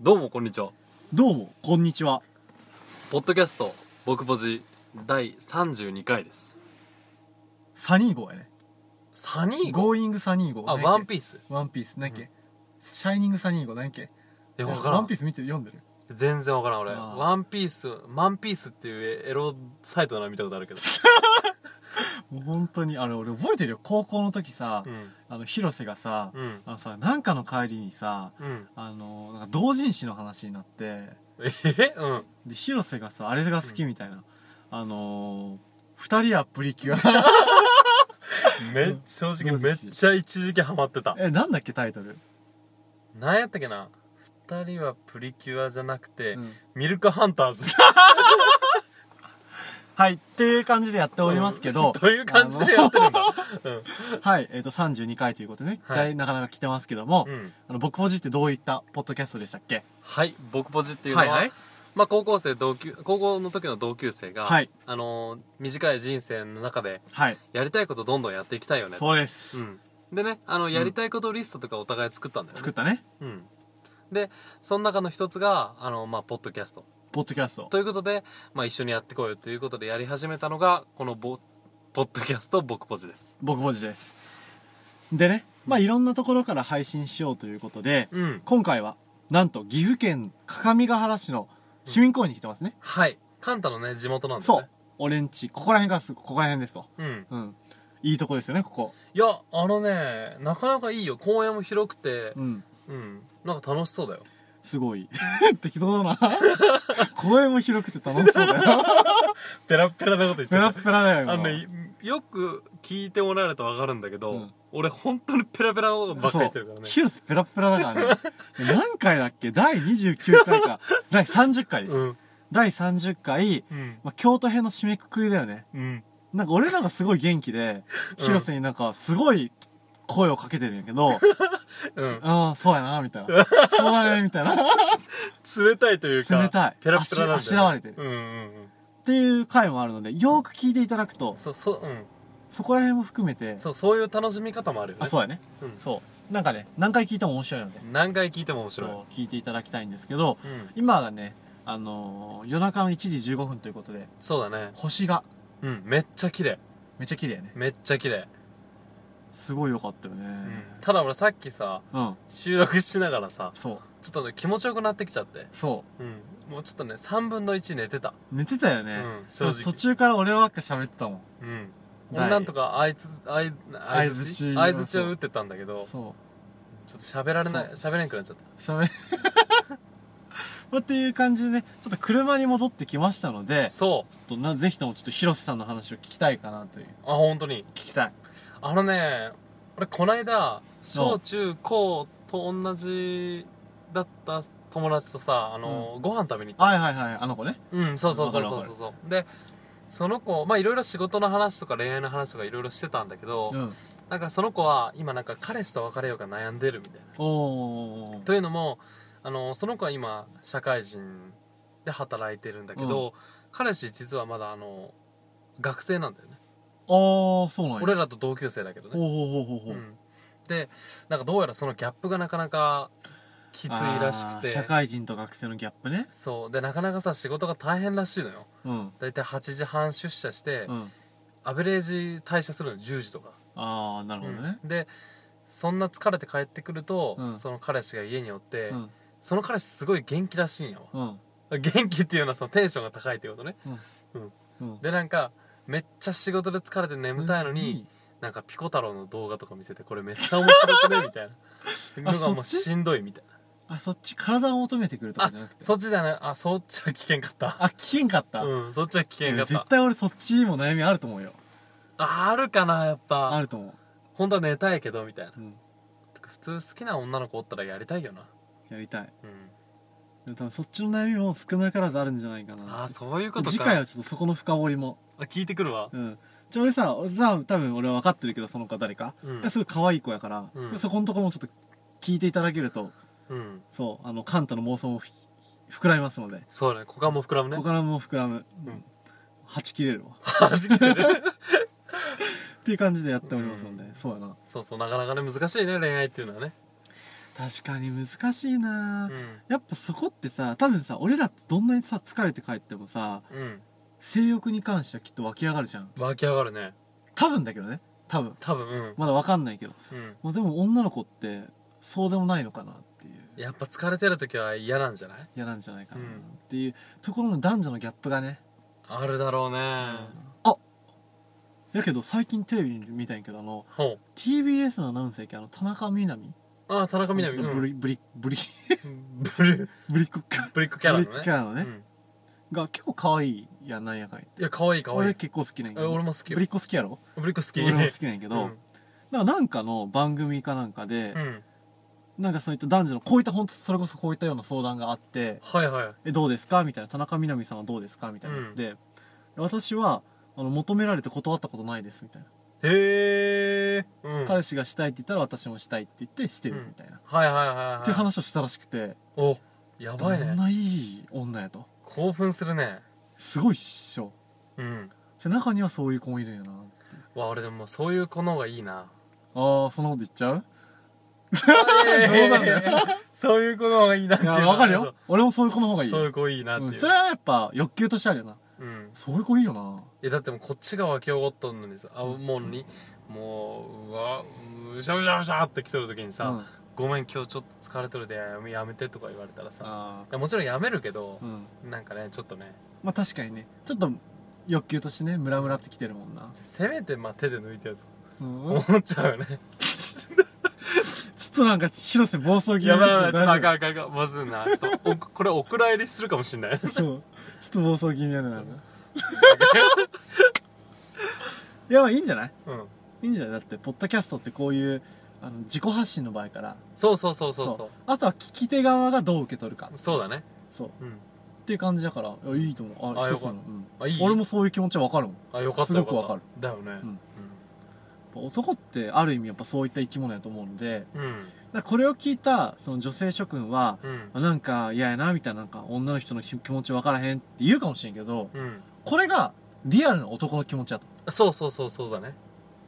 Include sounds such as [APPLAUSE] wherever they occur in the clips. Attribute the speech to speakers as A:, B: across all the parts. A: どうもこんにちは
B: どうもこんにちは
A: ポッドキャスト「僕ポジ」第32回です
B: サニー号やね
A: サニー
B: ゴ
A: 号
B: ーイングサニー号
A: あワンピ
B: ー
A: ース
B: スワンピース何やっけ、シャイニングサニー号何やっけ
A: え分から
B: ワン
A: ん
B: ピース見てる読んでる
A: 全然分からん俺
B: あー
A: ワンピースマンピースっていうエロサイトなら見たことあるけど
B: もう本当にあれ俺覚えてるよ高校の時さ、
A: うん
B: あの広瀬がさ、
A: うん
B: あのさなんかの帰りにさ
A: うん
B: あのなんか同人誌の話になって
A: えへうん
B: で広瀬がさあれが好きみたいな、あのー二人はプリキュア
A: めっ正直
B: うん
A: めっちゃ一時期ハマってた
B: [LAUGHS] えなんだっけタイトル、
A: なんやったっけな二人はプリキュアじゃなくて、
B: うん
A: ミルクハンターズ
B: はいっていう感じでやっておりますけ
A: [LAUGHS]
B: ど、
A: という感じでやってる [LAUGHS] んだうん
B: はい、えっ、と、32回ということでね、
A: はい
B: だいなかなか来てますけども、
A: うん
B: あの、僕ポジってどういったポッドキャストでしたっけ
A: はい僕ポジっていうの
B: は
A: は、
B: いはい。
A: まあ、高校生同級高校の時の同級生が、
B: はい
A: あのー短い人生の中で
B: はい。
A: やりたいことどんどんやっていきたいよね
B: そうです。
A: うん、でねあのやりたいことリストとかお互い作ったんだよね
B: 作ったね、
A: うん、でその中の一つがあの、まあ、ポッドキャスト
B: ポッドキャスト。
A: ということで、まあ、一緒にやってこうよということでやり始めたのがこのボポッドキャスト僕ポジです
B: 僕ポジです。でね、まあ、いろんなところから配信しようということで、
A: うん
B: 今回は、なんと岐阜県各務原市の市民公園に来てますね。
A: はいカンタのね地元なんです
B: そ
A: ね
B: う。俺んち、ここら辺からすぐ、ここら辺ですと。
A: ううん
B: うん。いいとこですよね、ここ。
A: いやあのねなかなかいいよ公園も広くて
B: うん。
A: うんなんか楽しそうだよ
B: すごい。 [LAUGHS] 適当だな。
A: [LAUGHS]
B: 公園も広くて楽しそうだよ。
A: ペラッペラなこと言っ
B: ペラッペラだよ。今
A: あのね、よく聞いてもらえると分かるんだけど、
B: うん
A: 俺本当にペラペラなことばっかり言ってるからね
B: 広瀬ペラペラだ
A: [LAUGHS]
B: からね。何回だっけ第29回か。第30回です。
A: うん
B: 第30回、
A: うん
B: まあ、京都編の締めくくりだよね。
A: うん
B: なんか俺らがすごい元気で、
A: うん
B: 広瀬になんかすごい声をかけてるんや
A: [LAUGHS]
B: けど、
A: うん
B: ああ、そうやな、みたい
A: [LAUGHS]
B: な。そうだね、みたいな。っ
A: 冷たいというか
B: 冷たい
A: ペラペラなんだよね
B: あしあしらわれてる
A: うんうんうん
B: ていう回もあるので、よーく聞いていただくと、
A: そうそううん
B: そこら辺も含めて、
A: そうそういう楽しみ方もあるよね
B: あ、そうやね。
A: うん
B: そう。なんかね、何回聞いても面白いので、
A: 何回聞いても面
B: そ、
A: 白いう
B: 聞いていただきたいんですけど、
A: うん
B: 今がね、あのー夜中の1時15分ということで、
A: そうだね
B: 星が
A: うんめっちゃ綺麗
B: めっちゃ綺麗ね
A: めっちゃ綺麗、
B: すごい良かったよね
A: うん、ただ俺さっきさ
B: うん、
A: 収録しながらさ
B: そう
A: ちょっとね気持ちよくなってきちゃって
B: そ
A: うんもうちょっとね3分の1寝てた、
B: う寝てたよね、
A: うん正直
B: 途中から俺ばっか喋ってたもん
A: うん
B: 第
A: 俺なんとか相づ相相づち
B: 相
A: 相づ
B: づち
A: ちを打ってたんだけど
B: そ
A: ちょっと喋られない
B: そ
A: 喋
B: う
A: れなくなっちゃった
B: う喋 [LAUGHS] まあっていう感じでねちょっと車に戻ってきましたので
A: そう
B: ちょっとなぜひともちょっと広瀬さんの話を聞きたいかなという
A: あ本当に
B: 聞きたい
A: あのね俺こないだ小中高と同じだった友達とさあの、ご飯食べに行っ
B: はいはいはいあの子ね
A: たうんそうそうそう
B: わか
A: そう
B: るわか
A: そ
B: る
A: うそうでその子まあいろいろ仕事の話とか恋愛の話とかいろいろしてたんだけど、
B: うん
A: なんかその子は今なんか彼氏と別れようか悩んでるみたいな
B: おー
A: というのもあのその子は今社会人で働いてるんだけど、彼氏実はまだあの学生なんだよね、
B: ああそうなんや
A: 俺らと同級生だけど
B: お
A: ね、
B: おほうほうほうほ
A: う、
B: うん
A: でなんかどうやらそのギャップがなかなかきついらしく
B: あー社
A: て
B: 会人と学生のギャップね
A: そうでなかなかさ仕事が大変らしいのよ
B: うん
A: だいたい8時半出社して、
B: うん
A: アベレージ退社するの10時とか、
B: ああなるほどね
A: うんでそんな疲れて帰ってくると、
B: うん
A: その彼氏が家におって、
B: うん
A: その彼氏すごい元気らしいんやわ
B: うん
A: 元気っていうのはそのテンションが高いってことね
B: うん
A: でなんかめっちゃ仕事で疲れて眠たいのに、なんかピコ太郎の動画とか見せてこれめっちゃ面白くねみたいな
B: [LAUGHS] あ
A: のがもう
B: そっち
A: しんどいみたいな
B: あそっち体を求めてくるとかじゃなくて
A: そっちじゃないあそっちは危険かった
B: あ危険かった、
A: うんそっちは危険かっ
B: 絶
A: た
B: 対俺そっちも悩みあると思うよ
A: ああるかなやっ
B: あ
A: ぱ
B: ると思
A: 本当は寝たいけどみたいな
B: う、うん、
A: 普通好きな女の子おったらやりたいよな
B: やりたい
A: うん
B: でも多分そっちの悩みも少なからずあるんじゃないか
A: あ
B: な
A: あそういうことか
B: 次回はちょっとそこの深掘りも
A: あ聞いてくるわ
B: うんじゃあ俺さ俺さ多分俺は分かってるけどその子は誰か、
A: うん
B: がすごい可愛い子やから、
A: うん
B: そこのところもちょっと聞いていただけると
A: うん
B: そうあのカンタの妄想もふ膨らみますので
A: そうだね股間も膨らむね [LAUGHS]
B: 他のも膨らむ、
A: う
B: うんん、はち切れるわ
A: はじけてる
B: っていう感じでやっておりますので、
A: うん
B: そうやな
A: そうそうなかなかね難しいね恋愛っていうのはね
B: 確かに難しいな、
A: うん
B: やっぱそこってさ多分さ俺らってどんなにさ疲れて帰ってもさ
A: うん
B: 性欲に関してはきっと湧き上がるじゃん
A: 湧き上がるね
B: 多分だけどね多分
A: 多分うん、
B: まだわかんないけど、
A: うん、
B: まあ、でも女の子ってそうでもないのかなっていう
A: やっぱ疲れてる時は嫌なんじゃない
B: 嫌なんじゃないかな
A: うん
B: っていうところの男女のギャップがね、
A: あるだろうね、
B: あやけど最近テレビ見たんやけどあの
A: ほ
B: TBS のアナウンサーやけあの田中みな実
A: うああ田中みな実
B: ブ
A: うん
B: リブリブリ
A: ブリ
B: ブリックか
A: ブリックキャラの
B: ブリック
A: ね
B: キャラの
A: う
B: ね、
A: ん
B: が結構可愛いやんなんやかんや
A: いや可愛い可愛
B: 俺
A: い
B: 結構好きなんや
A: え
B: けど
A: 俺も好き
B: ブ
A: よ
B: リック好きやろ
A: ブリック好き
B: 俺も好きなんやけど、
A: うん
B: なんかなんかの番組かなんかで
A: う、ん
B: なんかそういった男女のこういった本当それこそこういったような相談があって
A: はいはい
B: 「えどうですか?」みたいな「田中みな実さんはどうですか?」みたいなので、私はあの求められて断ったことないですみたいな、
A: へえうんはい
B: 彼氏がしたいって言ったら私もしたいって言ってしてるみたいな、
A: はいはいはい
B: っていう話をしたらしくて、
A: おやばい
B: どん
A: ね
B: ないい女やと
A: 興奮するね
B: すごいっしょ
A: うん
B: じゃあ中にはそういう子もいるんやなっていう
A: わ俺でももうそういう子の方がいい
B: [LAUGHS]
A: な
B: ああそんなこと言っちゃう
A: 冗
B: 談だ
A: [LAUGHS] そういう子の方がいいなって
B: い
A: いう
B: や
A: のは
B: わかる
A: そ
B: よ
A: う
B: 俺もそういう子の方がいい
A: そう
B: よ
A: いう子いいなっていうう、
B: んそれはやっぱ欲求としてあるよな
A: うん
B: そういう子いいよない
A: やだってもうこっちが湧き起こっとんのにさあもうにもううわうしゃうしゃうしゃって来とる時にさ、
B: うん、
A: ごめん今日ちょっと疲れとるでやめて」とか言われたらさ
B: あ
A: いやもちろんやめるけど
B: ー、うん
A: なんかねちょっとね
B: まあ確かにねちょっと欲求としてねムラムラってきてるもんな、
A: せめてまあ手で抜いてよと
B: うん、ちょ
A: 思っちゃうよね
B: っとなんか広瀬暴走気味
A: やばいやばいちょっとあ
B: 大
A: かん
B: 丈
A: あかんあかんまずいなちょっとおこれお蔵入りするかもしんない
B: 夫そうちょっと暴走気味やなるいやまあいいんじゃない
A: うん
B: いいんじゃないだってポッドキャストってこういうあの自己発信の場合から
A: そうそうそうそう
B: そ
A: そう
B: あとは聞き手側がどう受け取るか
A: うそうだね
B: そうっ
A: うん
B: ていう感じだからいやいいと思う
A: あ
B: 一つ
A: よか
B: の、う
A: っ
B: ん、
A: あいい
B: 俺もそういう気持ちわかるもんや
A: あよかった
B: すごくわかる
A: よっただよ
B: う
A: ね
B: ん男ってある意味やっぱそういった生き物やと思うので
A: うんうん
B: だからこれを聞いたその女性諸君は
A: うん
B: あなんか嫌やなみたいななんか女の人の気気持ち分からへんって言うかもしれんけど
A: うん
B: これがリアルな男の気持ちだと
A: そうそうそうそうだね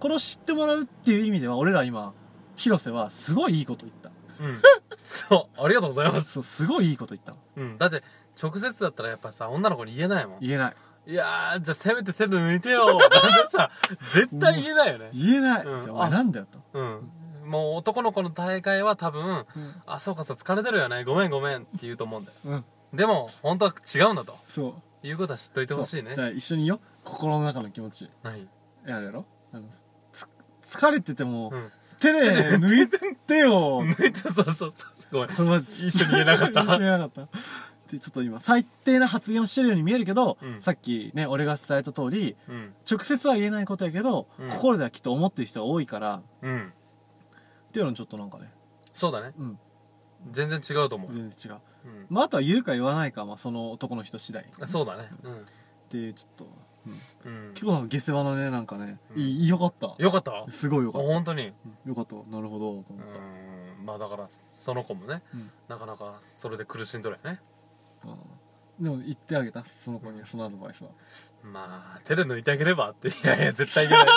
B: これを知ってもらうっていう意味では俺ら今広瀬はすごいいいこと言っ
A: うん [LAUGHS] そうありがとうござい
B: た
A: ます
B: そうすごいいいこと言った
A: う
B: の
A: んだって直接だったらやっぱさ女の子に言えないもん
B: 言えない
A: いやーじゃあせめて手で抜いて [LAUGHS] よだってさ絶対言えないよね
B: 言えない、
A: うん
B: じゃあお前
A: あ
B: なんだよと、
A: うんもう男の子の大会は多分「あそうかさ疲れてるよねごめんごめん」って言うと思うんだよ
B: うん
A: でも本当は違うんだと
B: そう
A: いうことは知っといてほしい
B: そう
A: ね
B: じゃあ一緒によ心の中の気持ち
A: 何
B: やるやろあのつ疲れてても、
A: うん [LAUGHS]
B: 手で抜いてよ
A: 抜いてそうそうそうそうごめん
B: これマジ
A: 一緒に言えなかった
B: 一緒に言えなかったでちょっと今最低な発言をしてるように見えるけど、
A: うん
B: さっきね俺が伝えた通り
A: うん
B: 直接は言えないことやけど、
A: うん
B: 心ではきっと思ってる人が多いから
A: うん
B: っていうのにちょっとなんかね
A: そうだね
B: うん
A: 全然違うと思う、
B: 全然違う、
A: うん
B: まあ、あとは言うか言わないかは、まあ、その男の人次第っ
A: あそうだねうん、
B: ていうちょっと、うん
A: うん、
B: 今日の下世話のねなんかね、
A: うん
B: いいよかった
A: よかったもう
B: すごいよかった、
A: 本当に
B: うんよかったなるほどと
A: う
B: 思った、
A: んまあだからその子もね、
B: うん
A: なかなかそれで苦しんどるよね
B: うんでも言ってあげたその子にはそのアドバイスは
A: まあ手で抜いてあげればっていやいや絶対言
B: [LAUGHS]
A: えない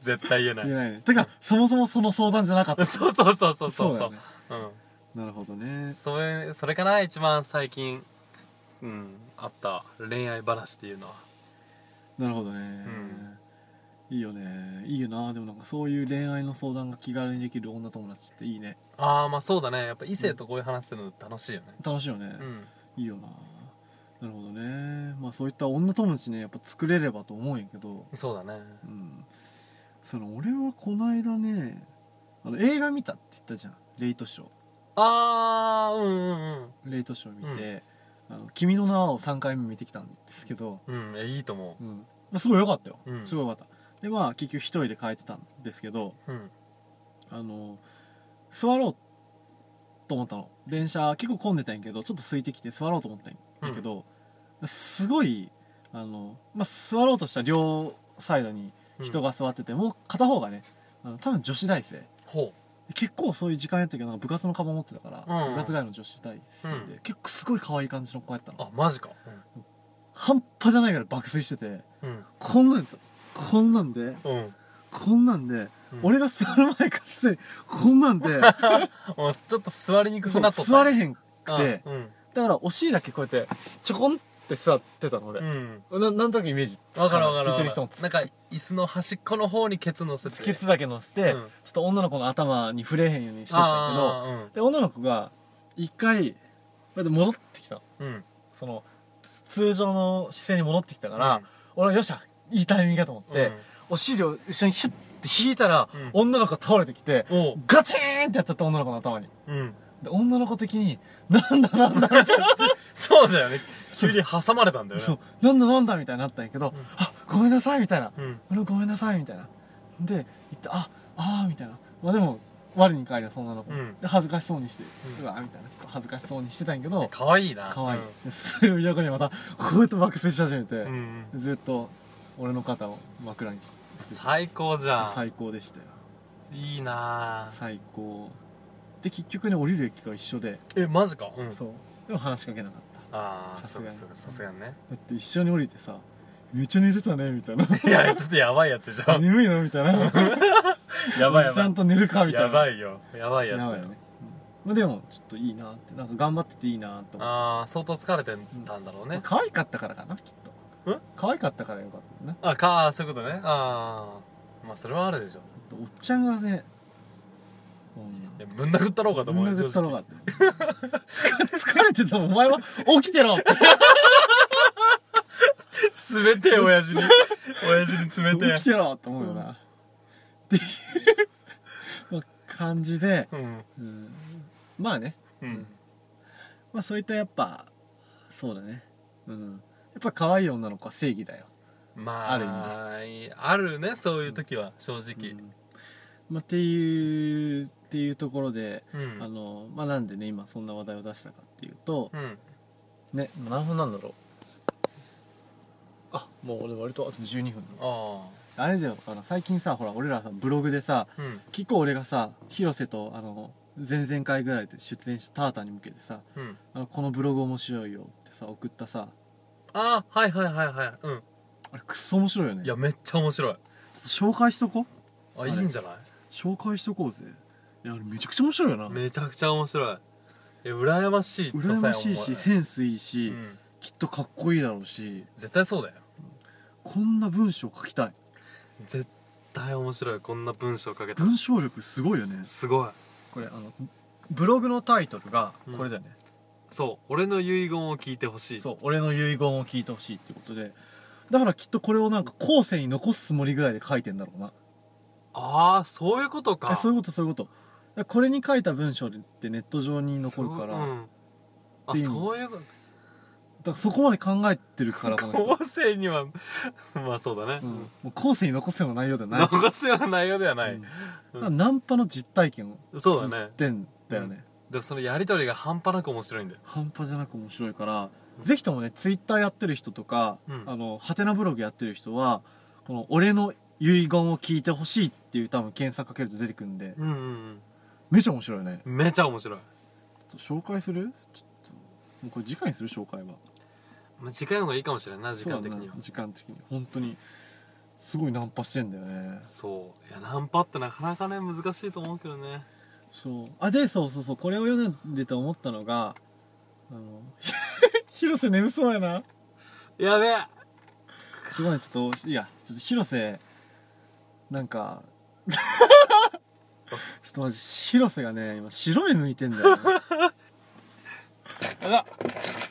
A: 絶対言えな
B: 言え
A: い
B: ないねてかそもそもその相談じゃなかった
A: そうそうそうそうそう
B: だ
A: そ
B: よ
A: う
B: ね
A: うん
B: なるほどね
A: それそれかな一番最近うんあった恋愛話っていうのは
B: なるほどね、
A: ん
B: いいよねいいよなでもなんかそういう恋愛の相談が気軽にできる女友達っていいね
A: ああまあそうだねやっぱ異性とこういう話するの楽しいよね
B: 楽しいよね、
A: うん
B: いいよななるほどねまあそういった女友達ねやっぱ作れればと思うんやけど
A: そうだね
B: うんその俺はこないだねあの映画見たって言ったじゃんレイトショー
A: ああうんうん
B: レイトショー見て「あの君の名は」を3回目見てきたんですけど、
A: うんうんえいいと思
B: うんまあ、すごい良かったよ、
A: うん
B: すごい良かったでまあ結局一人で帰ってたんですけど
A: ううん
B: あの座ろうと思ったの電車結構混んでたんやけどちょっと空いてきて座ろうと思ったんやけど、すごいあの、まあ、座ろうとした両サイドに人
A: が
B: が座ってて、もう片方がねあの多分女子大生
A: ほ
B: 結構そういう時間やったけどなんか部活のカバン持ってたから、
A: うんうん
B: 部活外の女子大生で、
A: うん
B: 結構すごい可愛い感じの子やった
A: う
B: の
A: あマジか
B: 半端じゃないから爆睡してて
A: うん
B: こんなんやったこんなんで
A: うん
B: こんなんで、
A: うん
B: 俺が座る前からすでにこんなんで
A: もうちょっと座りにくく
B: そう
A: なっとった
B: 座れへんくて
A: うんうん
B: だからお尻だけこうやってちょこんって座ってたの
A: う
B: 俺、
A: ん
B: ななんとなくイメージ
A: わかるわかる
B: 聞
A: わ
B: いて
A: か
B: る
A: る
B: 人もつ
A: なんか椅子の端っこの方にケツ乗せて
B: ケツだけ乗せて、
A: うん
B: ちょっと女の子の頭に触れへんようにしてたんやけど
A: あ
B: で女の子が一回こうやって戻ってきたの
A: ーうんうん
B: そのつ通常の姿勢に戻ってきた
A: だ
B: から、俺はよっしゃいいタイミングかと思って、お尻を後ろにヒュッて引いたら、
A: うん
B: 女の子が倒れてきて
A: おう
B: ガチーンってやっちゃった女の子の頭に
A: うん
B: で女の子的になんだなんだみたいな
A: そうだよね急に挟まれたんだよね
B: そうなんだなんだみたいになったんやけど、
A: うん
B: あごめんなさいみたいな
A: うん
B: 俺ごめんなさいみたいなで言ってああーみたいなまあでも我に返りはそんなの子、
A: うん
B: で恥ずかしそうにして、う
A: うん
B: わーみたいなちょっと恥ずかしそうにしてたんやけど
A: かわいいな
B: かわいい、でそれを横にまたこうやって爆睡し始めて、
A: うんうん
B: ずっと俺の肩を枕にしてして
A: 最高じゃん
B: 最高でしたよ
A: いいなぁ
B: 最高で結局ね降りる駅が一緒で、
A: えマジかうん
B: そうでも話しかけなかった
A: ああ
B: さす
A: そ
B: が
A: うか
B: に
A: そうかさすがにね
B: だって一緒に降りてさめっちゃ寝てたねみた
A: [LAUGHS]
B: いな
A: いやちょっとやばいやつじ
B: [LAUGHS]
A: ゃん
B: 眠いのみたいな
A: やばいや
B: ちゃ
A: ば
B: んと寝るか
A: い
B: みたいな
A: やばいよやばいやつ
B: やば
A: だ
B: いよ
A: よ
B: ね、うんまあ、でもちょっといいなってなんか頑張ってていいなと思って
A: ああ相当疲れてたんだろう
B: まあ
A: ね
B: 可愛かったからかなきっと
A: ん
B: 可愛かったからよかったね
A: あかそういうことねああまあそれはあるでしょ
B: あとおっちゃんがねこうね
A: いやぶん殴ったろうかと
B: ぶ
A: 思うんよ
B: 殴ったろう
A: 正
B: がって疲れ疲れてたもんお前は起きてろって
A: 直冷てえ親父に [LAUGHS] 親父に冷て
B: 起きてろって思うよな、っていうまあ感じで、
A: えうん
B: うん、まあね、
A: うん
B: まあ、そういったやっぱそうだねうんやっぱ可愛い女の子は正義だよ、
A: まあ
B: ある
A: あるあるねそういう時は正
B: う
A: 直
B: んまあ、っていうっていうところで、
A: うん
B: あのまあなんでね今そんな話題を出したかっていうと、
A: うん
B: ねもう何分なんだろうあもう俺割とあと12分
A: ああ
B: あれだよあの最近さほら俺らさブログでさ
A: うん
B: 結構俺がさ広瀬とあの前々回ぐらいで出演したタータンに向けてさ
A: うん
B: あのこのブログ面白いよってさ送ったさ
A: ああはいはいはいはいうん
B: あれクソ面白いよね
A: いやめっちゃ面白い
B: ちょっと紹介しとこう
A: あ
B: れ
A: いいんじゃない
B: 紹介しとこうぜいやあれめちゃくちゃ面白いよな
A: めちゃくちゃ面白いえ羨ましいとさえ
B: 羨
A: 思わ
B: ま
A: ない
B: しいしセンスいいし、
A: うん
B: きっとかっこいいだろうし
A: 絶対そうだよ
B: こんな文章書きたい
A: 絶対面白いこんな文章書けたら
B: 文章力すごいよね
A: すごい
B: これあのブログのタイトルが
A: うん
B: これだよね、
A: そう俺の遺言を聞いてほしい
B: そう俺の遺言を聞いてほしいってことでだからきっとこれをなんか後世に残すつもりぐらいで書いてんだろうな
A: ああそういうこと
B: え
A: か
B: そういうことそういうことだからこれに書いた文章ってネット上に残るから
A: そう,、うん、
B: っ
A: あ
B: ていう
A: そういうこ
B: だからそこまで考えてるからこの人
A: と後世には [LAUGHS] まあそうだね、
B: うん、もう後世に残すような内容ではない
A: 残すような内容ではない、
B: うんだからナンパの実体験を
A: そうだね
B: てんだよね、
A: でもそのやり取りが半端なく面白いんだよ
B: 半端じゃなく面白いから、
A: うん
B: ぜひともねツイッターやってる人とか、
A: うん
B: あのハテナブログやってる人はこの「俺の遺言を聞いてほしい」っていう多分検索かけると出てくるんで、
A: うんうん
B: めちゃ面白いね
A: うんめちゃ面白い
B: 紹介するちょっともうこれ次回にする紹介は
A: まあ時間の方がいいかもしれないな時間
B: そう
A: 的
B: だな
A: には
B: 時間的に本当にすごいナンパしてんだよね
A: そういやナンパってなかなかね難しいと思うけどね
B: そうあでそうそうそうこれを読んでて思ったのがあの [LAUGHS] 広瀬眠そうやな
A: やべえ
B: すごいちょっといやちょっと広瀬なんかちょっとマジ広瀬がね今白い向いてんだよ、ね、
A: あら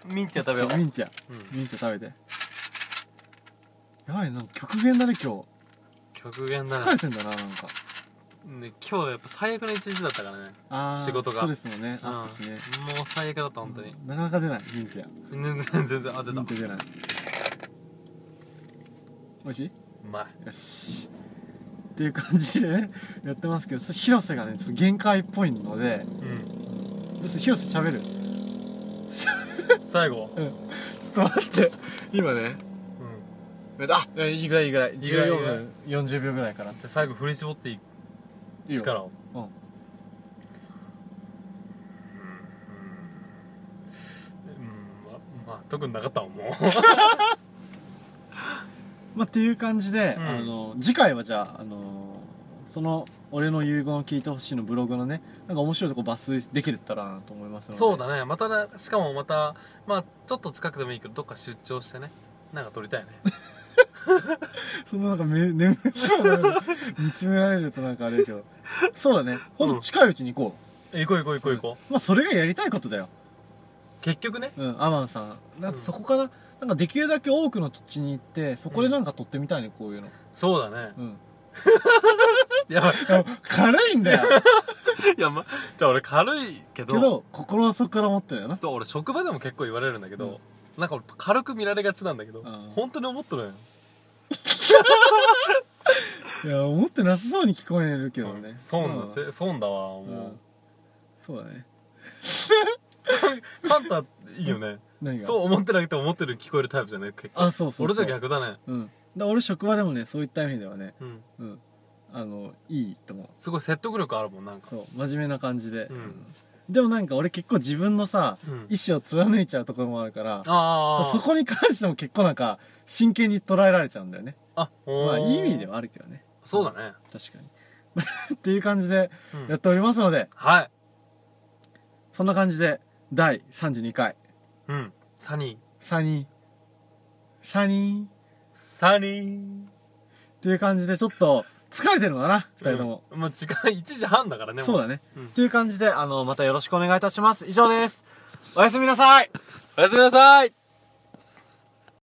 A: ミンティア食べよ
B: ちょっとミンティア
A: う、うん、
B: ミンティア食べてやばいなんか極限だね今
A: 極限
B: 日
A: だ
B: 疲
A: ね
B: れてんだななんか
A: ね今日やっぱ最悪の一日だったからね
B: あー
A: 仕事が
B: ストレスもね
A: うん
B: あったしね、
A: もう最悪だった本当に
B: なかなか出ないミンティア
A: 全然全然当て
B: ミ
A: た
B: ン
A: う
B: ティア出ない美味しい
A: まい
B: よしっていう感じでねやってますけどちょっと広瀬がねちょっと限界っぽいので
A: うん
B: ちょっと広瀬喋る
A: 最後
B: ちょっと待って今ね
A: うん
B: あいいぐらいいいぐらい
A: いぐらいいい
B: 14
A: ぐらい
B: 分40秒ぐらいから
A: じゃあ最後振り絞ってい
B: いい
A: い
B: よ
A: 力を
B: うん
A: うんままあ特になかったもんもう
B: まあっていう感じで、
A: うん
B: あの次回はじゃああのその俺の遺言を聞いてほしいのブログのねなんか面白いとこ抜粋できたらなと思いますので
A: そうだねまたなしかもまたまあちょっと近くでもいいけどどっか出張してねなんか撮りたいね [LAUGHS]
B: そのなんかめ [LAUGHS] 眠そうな見つめられるとなんかあれだけどそうだねほんと近いうちに行こう、
A: 行こう行こう行こう行こ
B: まあそれがやりたいことだよ
A: う結局ね
B: うんアマンさんなんかそこから、なんかできるだけ多くの土地に行ってそこでなんか撮ってみたいね、こういうの
A: そうだね
B: うん
A: やばい
B: でも軽いんだよ
A: いやまじゃあ俺軽いけ
B: け
A: ど
B: ど心の底から思ってるよな
A: そう俺職場でも結構言われるんだけど、なんか俺軽く見られがちなんだけど、
B: ん
A: 本当に思っとるんよ
B: いや思ってなさそうに聞こえるけどね、
A: うん損だ、
B: ん
A: せ損だわも
B: うんそうだね
A: う、カンタいいよね
B: 何が
A: そう思ってなくて思ってるように聞こえるタイプじゃない結構
B: あそうそうそう
A: 俺じゃ逆だね
B: うんだ俺職場でもねそういった意味ではね
A: うん
B: うんあのいいと思う
A: すごい説得力あるもんなんか
B: そう真面目な感じで、
A: うん
B: でもなんか俺結構自分のさ
A: うん
B: 意思を貫いちゃうところもあるから
A: ああ
B: そこに関しても結構なんか真剣に捉えられちゃうんだよね
A: あおー
B: まあいい意味ではあるけどね
A: そうだね、
B: 確かに [LAUGHS] っていう感じで
A: うん
B: やっておりますので、
A: はい
B: そんな感じで第32回
A: うんサニー
B: サニーサニー
A: サニー
B: っていう感じでちょっと疲れてるのかな2人とも、、
A: うんもう時間1時半だからねも
B: そうだね、
A: うん
B: っていう感じであのまたよろしくお願いいたします以上ですおやすみなさい
A: おやすみなさい